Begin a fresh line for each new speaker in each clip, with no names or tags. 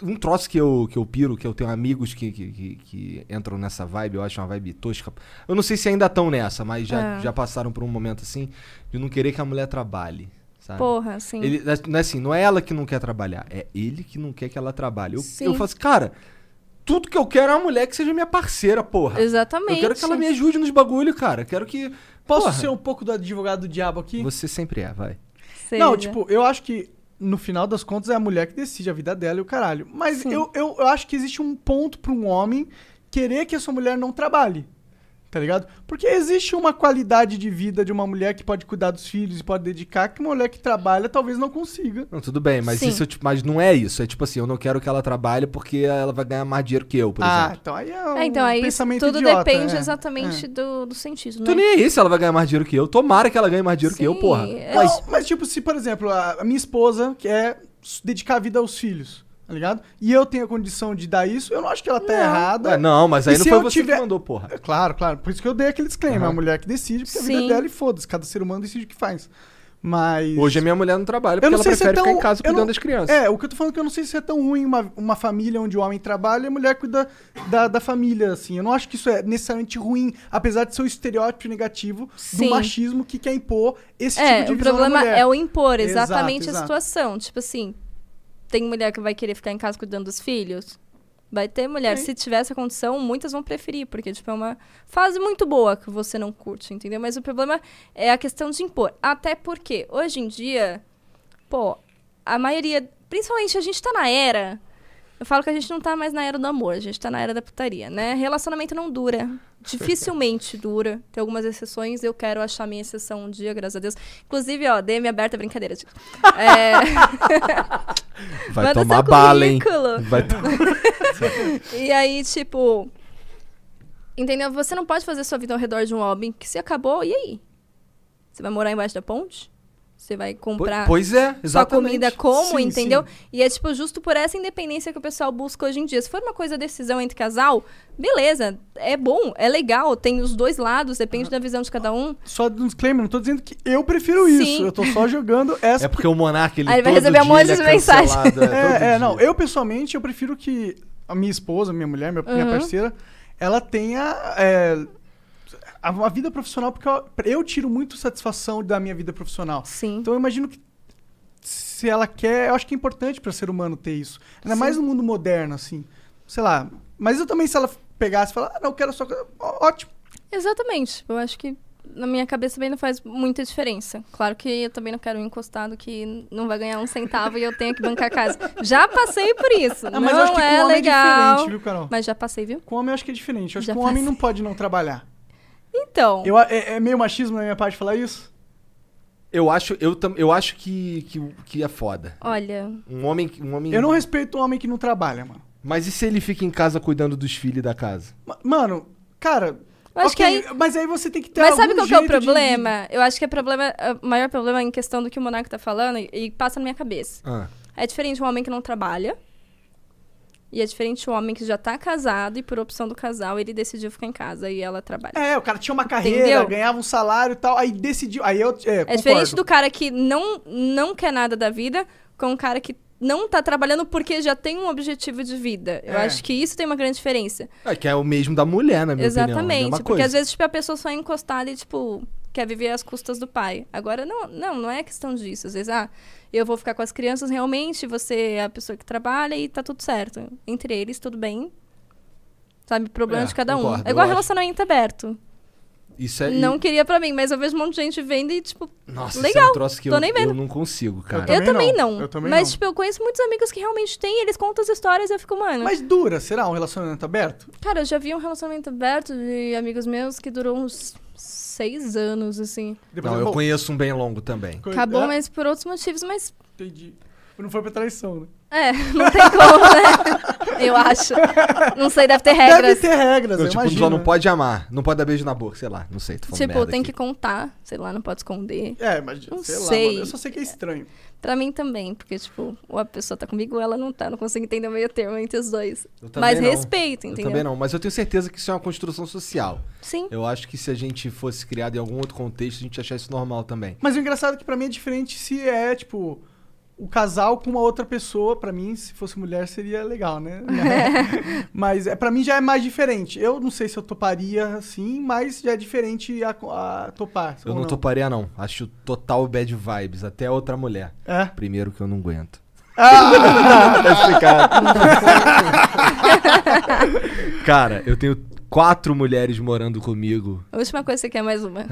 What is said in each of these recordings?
Um troço que eu, que eu piro, que eu tenho amigos que, que, que- que entram nessa vibe, eu acho uma vibe tosca. Eu não sei se ainda estão nessa, mas já,
É.
já passaram por um momento assim de não querer que a mulher trabalhe, sabe?
Porra, sim.
Ele, não é assim, não é ela que não quer trabalhar, é ele que não quer que ela trabalhe. Eu,
Sim.
eu falo assim, cara, tudo que eu quero é uma mulher que seja minha parceira, porra.
Exatamente.
Eu quero que ela me ajude nos bagulho, cara. Eu quero que.
Posso
Porra.
ser um pouco do advogado do diabo aqui?
Você sempre é, vai.
Seja.
Não, tipo, eu acho que no final das contas é a mulher que decide a vida dela e o caralho. Mas eu, eu, eu acho que existe um ponto pra um homem querer que a sua mulher não trabalhe. Tá ligado? Porque existe uma qualidade de vida de uma mulher que pode cuidar dos filhos e pode dedicar que uma mulher que trabalha talvez não consiga.
Não, tudo bem, mas
Sim.
isso tipo, mas não é isso. É tipo assim, eu não quero que ela trabalhe porque ela vai ganhar mais dinheiro que eu, por
ah,
exemplo.
então aí é um
É, então, aí isso
pensamento
tudo
idiota,
depende
é.
exatamente do, do sentido,
Tô
né?
nem aí se ela vai ganhar mais dinheiro que eu. Tomara que ela ganhe mais dinheiro que eu,
Sim,
porra.
é.
Mas,
Não, mas tipo, se, por exemplo, a a minha esposa quer s- dedicar a vida aos filhos, tá ligado? E eu tenho a condição de dar isso, eu não acho que ela tá errada.
Ué, É, Ah, não, mas aí
E
não
se
foi
eu
você
tiver-
que mandou, porra.
É Claro, claro. Por isso que eu dei aquele disclaimer. É a mulher que decide, porque a
Sim.
vida é dela e foda-se. Cada ser humano decide o que faz. Mas.
Hoje a minha mulher não trabalha porque
Eu não
ela
sei se é
prefere
tão.
ficar em casa
eu não-
cuidando das crianças.
É, o que eu tô falando é que eu não sei se é tão ruim uma, uma família onde o homem trabalha e a mulher cuida da, da família, assim. Eu não acho que isso é necessariamente ruim, apesar de ser o estereótipo negativo do
Sim.
machismo que quer impor esse
É,
tipo de
o
visão na
problema
mulher.
é o impor exatamente
Exato,
a
exato.
situação. Tipo assim, tem mulher que vai querer ficar em casa cuidando dos filhos? Vai ter mulher. Se tiver essa condição, muitas vão preferir, porque tipo, é uma fase muito boa que você não curte, entendeu? Mas o problema é a questão de impor. Até porque, hoje em dia, pô, a maioria. Principalmente a gente tá na era. Eu falo que a gente não tá mais na era do amor, a gente tá na era da putaria, né? Relacionamento não dura. Dificilmente dura. Tem algumas exceções, eu quero achar minha exceção um dia, graças a Deus. Inclusive, ó, DM aberta, brincadeira. gente. É,
Vai
manda
tomar
seu
bala, hein?
currículo.
Vai to-
E aí, tipo. Entendeu? Você não pode fazer sua vida ao redor de um homem que se acabou, e aí? Você vai morar embaixo da ponte? Você vai comprar
Pois é, exatamente.
sua comida como,
Sim,
entendeu? E é, tipo, justo por essa independência que o pessoal busca hoje em dia. Se for uma coisa decisão entre casal, beleza, é bom, é legal, tem os dois lados, depende da visão de cada um.
Só um disclaimer, não tô dizendo que eu prefiro
Sim.
isso. Eu tô só jogando essa
É porque o Monark, ele
Aí ele vai
todo
receber um
dia
monte
ele é
de mensagem.
cancelado, é, todo
É, é,
dia.
não. Eu, pessoalmente, eu prefiro que a minha esposa, minha mulher, minha, minha
Uhum.
parceira, ela tenha é, a, a vida profissional, porque eu, eu tiro muito satisfação da minha vida profissional.
Sim.
Então, eu imagino que se ela quer, eu acho que é importante para ser humano ter isso. Ainda mais no mundo moderno, assim. Sei lá. Mas eu também, se ela pegasse e falar, ah, não, eu quero só. coisa", ó- Ótimo.
Exatamente. Tipo, Eu acho que na minha cabeça também não faz muita diferença. Claro que eu também não quero um encostado que n- não vai ganhar um centavo e eu tenho que bancar a casa. Já passei por isso.
Ah,
não
mas eu acho que
é
com homem é
legal.
diferente, viu, Carol?
mas já passei, viu?
Com homem eu acho que é diferente. Eu acho
Já
que um homem
passei.
não pode não trabalhar.
Então,
Eu, é, é meio machismo na minha parte falar isso?
Eu acho, eu, tam- eu acho que, que, que é foda.
olha,
Um homem, que- um homem...
Eu não respeito um homem que não trabalha, mano.
Mas e se ele fica em casa cuidando dos filhos e da casa?
Ma- Mano, cara.
Eu acho
ok,
que
Mas aí você tem que ter
Mas sabe
algum
qual que é o
jeito de-
problema? Eu acho que é problema, o maior problema em questão do que o Monarca tá falando e, e passa na minha cabeça.
Ah,
É diferente um homem que não trabalha. E é diferente um homem que já tá casado e por opção do casal ele decidiu ficar em casa e ela trabalha.
É, o cara tinha uma carreira,
Entendeu?
ganhava um salário e tal, aí decidiu. Aí eu. É,
É diferente do cara que não, não quer nada da vida com um cara que não tá trabalhando porque já tem um objetivo de vida. Eu
É.
acho que isso tem uma grande diferença.
é que é o mesmo da mulher, na minha opinião. É a
Exatamente.
mesma
porque
coisa.
às vezes, tipo, a pessoa só é encostada e, tipo, quer viver às custas do pai. Agora, não, não, não é questão disso. Às vezes, ah, eu vou ficar com as crianças realmente, você é a pessoa que trabalha e tá tudo certo. Entre eles, tudo bem. Sabe, problema
É,
de cada
concordo,
um. É igual
eu
relacionamento aberto.
Isso é...
Não queria pra mim, mas eu vejo um monte de gente vendo e, tipo,
Nossa, isso é um
legal,
troço que
tô
eu,
nem vendo.
eu não consigo, cara.
Também
eu também
não,
não.
eu também
mas,
não.
tipo, eu conheço muitos amigos que realmente têm, eles contam as histórias e eu fico, mano.
Mas dura, será? Um relacionamento aberto?
Cara, eu já vi um relacionamento aberto de amigos meus que durou uns seis anos, assim.
Depois
Não, eu
bom,
conheço um bem longo também.
co-
Acabou,
é,
mas por outros motivos, mas.
Entendi. Não foi pra traição, né?
É, não tem como, né? Eu acho. Não sei, deve ter
Deve
regras.
ter regras,
Eu,
eu
tipo,
imagino.
só não pode amar, não pode dar beijo na boca, sei lá, não sei. Tô falando
Tipo,
merda
tem
aqui.
que contar, sei lá, não pode esconder.
É, mas
Não
sei, lá,
sei.
mano. Eu só sei que é estranho.
Pra mim também, porque, tipo, ou a pessoa tá comigo ou ela não tá. Não consigo entender o meio termo entre os dois.
Eu também
Mas
não.
respeito,
Eu
entendeu?
também não, mas eu tenho certeza que isso é uma construção social.
Sim.
Eu acho que se a gente fosse criado em algum outro contexto, a gente ia achar isso normal também.
Mas o engraçado é que pra mim é diferente se é, tipo, o casal com uma outra pessoa, pra mim, se fosse mulher, seria legal, né? mas é, para mim já é mais diferente. Eu não sei se eu toparia assim, mas já é diferente a, a topar.
Eu
ou
não toparia, não. Acho total bad vibes. Até outra mulher.
É?
Primeiro que eu não aguento. Tá Cara, eu tenho quatro mulheres morando comigo.
A última coisa que você quer é mais uma.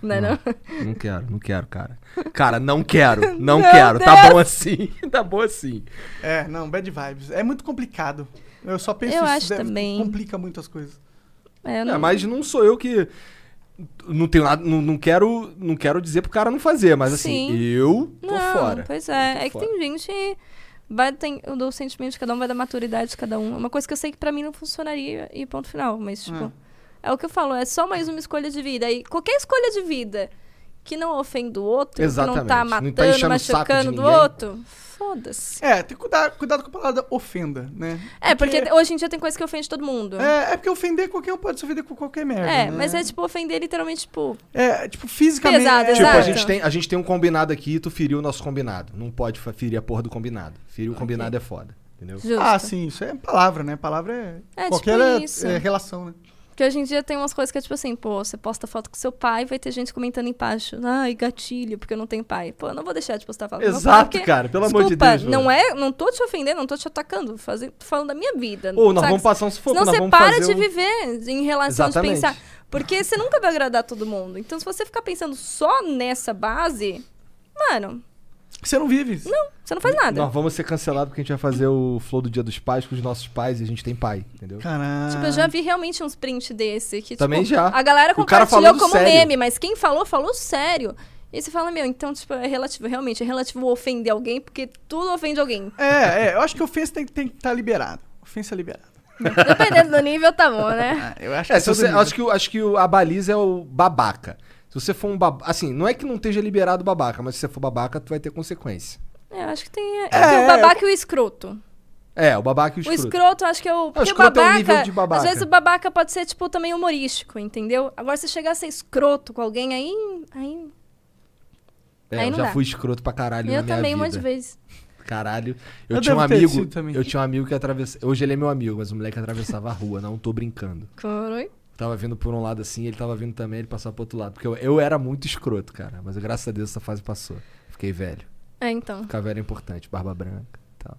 não é não?
Não quero, não quero, cara. Cara, não quero, não quero. Tá bom assim, tá bom assim.
É, não, bad vibes. É muito complicado. Eu só penso
Eu
isso,
acho também.
complica muito as coisas.
É, eu
É,
não-
mas não sou eu que. Não tenho nada. Não, não quero, não quero dizer pro cara não fazer, mas assim,
Sim.
eu tô
não,
fora.
Pois é,
tô
é que
fora.
tem gente. Vai, tem, eu dou o sentimento de cada um, vai da maturidade de cada um. É Uma coisa que eu sei que pra mim não funcionaria e ponto final. Mas, tipo,
Hum.
é. o que eu falo, é só mais uma escolha de vida. E qualquer escolha de vida que não ofenda o outro, que não
Exatamente.
tá
Não tá
matando,
enchendo o saco de
machucando do
ninguém.
outro, foda-se.
É, tem que cuidar, cuidado com a palavra ofenda, né?
É, porque hoje em dia tem coisa que ofende todo mundo.
É, é porque ofender qualquer um pode se ofender com qualquer merda.
Então. É,
né?
mas é tipo ofender literalmente, tipo.
É, tipo, fisicamente.
Pesado,
é,
Tipo, a
exato.
gente, tem, a gente tem um combinado aqui e tu feriu o nosso combinado. Não pode fa- ferir a porra do combinado. Ferir o combinado é foda. Entendeu?
Justo.
Ah, sim, isso é palavra, né? Palavra é.
É,
qualquer
tipo
é-
isso.
é relação, né?
Porque hoje em dia tem umas coisas que é tipo assim, pô, você posta foto com seu pai, vai ter gente comentando embaixo. Ai, gatilho, porque eu não tenho pai. Pô, eu não vou deixar de postar foto do meu pai,
Exato,
porque-
cara. Pelo amor de
Desculpa,
Deus.
não
velho.
é, não tô te ofendendo, não tô te atacando, faze- tô falando da minha vida.
Ou nós
é, sabe?
vamos passar um sufoco,
Senão
nós
você
vamos
para
fazer
de
um-
viver em relação
Exatamente.
de pensar. Porque você nunca vai agradar todo mundo. Então, se você ficar pensando só nessa base, mano,
Você não vive. Não.
você não faz nada.
Nós vamos ser cancelados porque a gente vai fazer o flow do Dia dos Pais com os nossos pais e a gente tem pai, entendeu?
Caralho.
Tipo, eu já vi realmente uns print desse. Que,
Também
tipo,
já.
A galera
O cara
compartilhou
falando
como
sério.
meme, mas quem falou, falou sério. E você fala, meu, então, tipo, é relativo, realmente, é relativo ofender alguém, porque tudo ofende alguém.
É, é, eu acho que ofensa tem, tem que estar liberado. Ofensa é liberada.
Dependendo do nível, tá bom, né?
Ah, eu acho
É, se
todo
você,
livre.
acho que, o- acho que o- a baliza é o babaca. Se você for um babaca. Assim, não é que não esteja liberado babaca, mas se você for babaca, tu vai ter consequência.
É, eu acho que tem,
É,
tem
é,
o babaca e o escroto.
É, o babaca e o
O
escroto.
escroto, acho que é o. Porque o,
escroto é o
babaca,
nível de babaca.
Às vezes o babaca pode ser, tipo, também humorístico, entendeu? Agora, se chegar a ser escroto com alguém, aí. aí
É,
Aí
eu
não
já
dá.
fui escroto pra caralho na
eu
minha
também, um
vida.
monte de vezes.
Caralho. Eu,
Eu
tinha um
devo ter
amigo.
sido também.
Eu tinha um amigo que atravessava. Hoje ele é meu amigo, mas o moleque atravessava a rua, não tô brincando.
Caralho.
Tava vindo por um lado assim, ele tava vindo também, ele passava pro outro lado. Porque eu, eu era muito escroto, cara. Mas graças a Deus essa fase passou. Fiquei velho.
É, então.
Ficar velho é importante, barba branca e tal.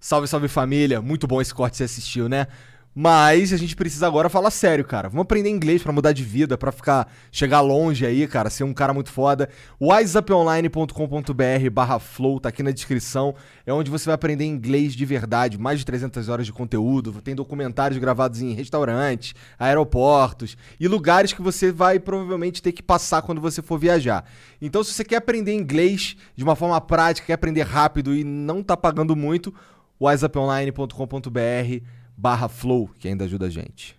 salve, salve família. Muito bom esse corte que você assistiu, né? Mas a gente precisa agora falar sério, cara. Vamos aprender inglês pra mudar de vida, pra ficar chegar longe aí, cara, ser um cara muito foda. wiseuponline.com.br barra flow tá aqui na descrição. É onde você vai aprender inglês de verdade, mais de 300 horas de conteúdo. Tem documentários gravados em restaurantes, aeroportos e lugares que você vai provavelmente ter que passar quando você for viajar. Então, se você quer aprender inglês de uma forma prática, quer aprender rápido e não tá pagando muito, wiseuponline.com.br barra flow, que ainda ajuda a gente.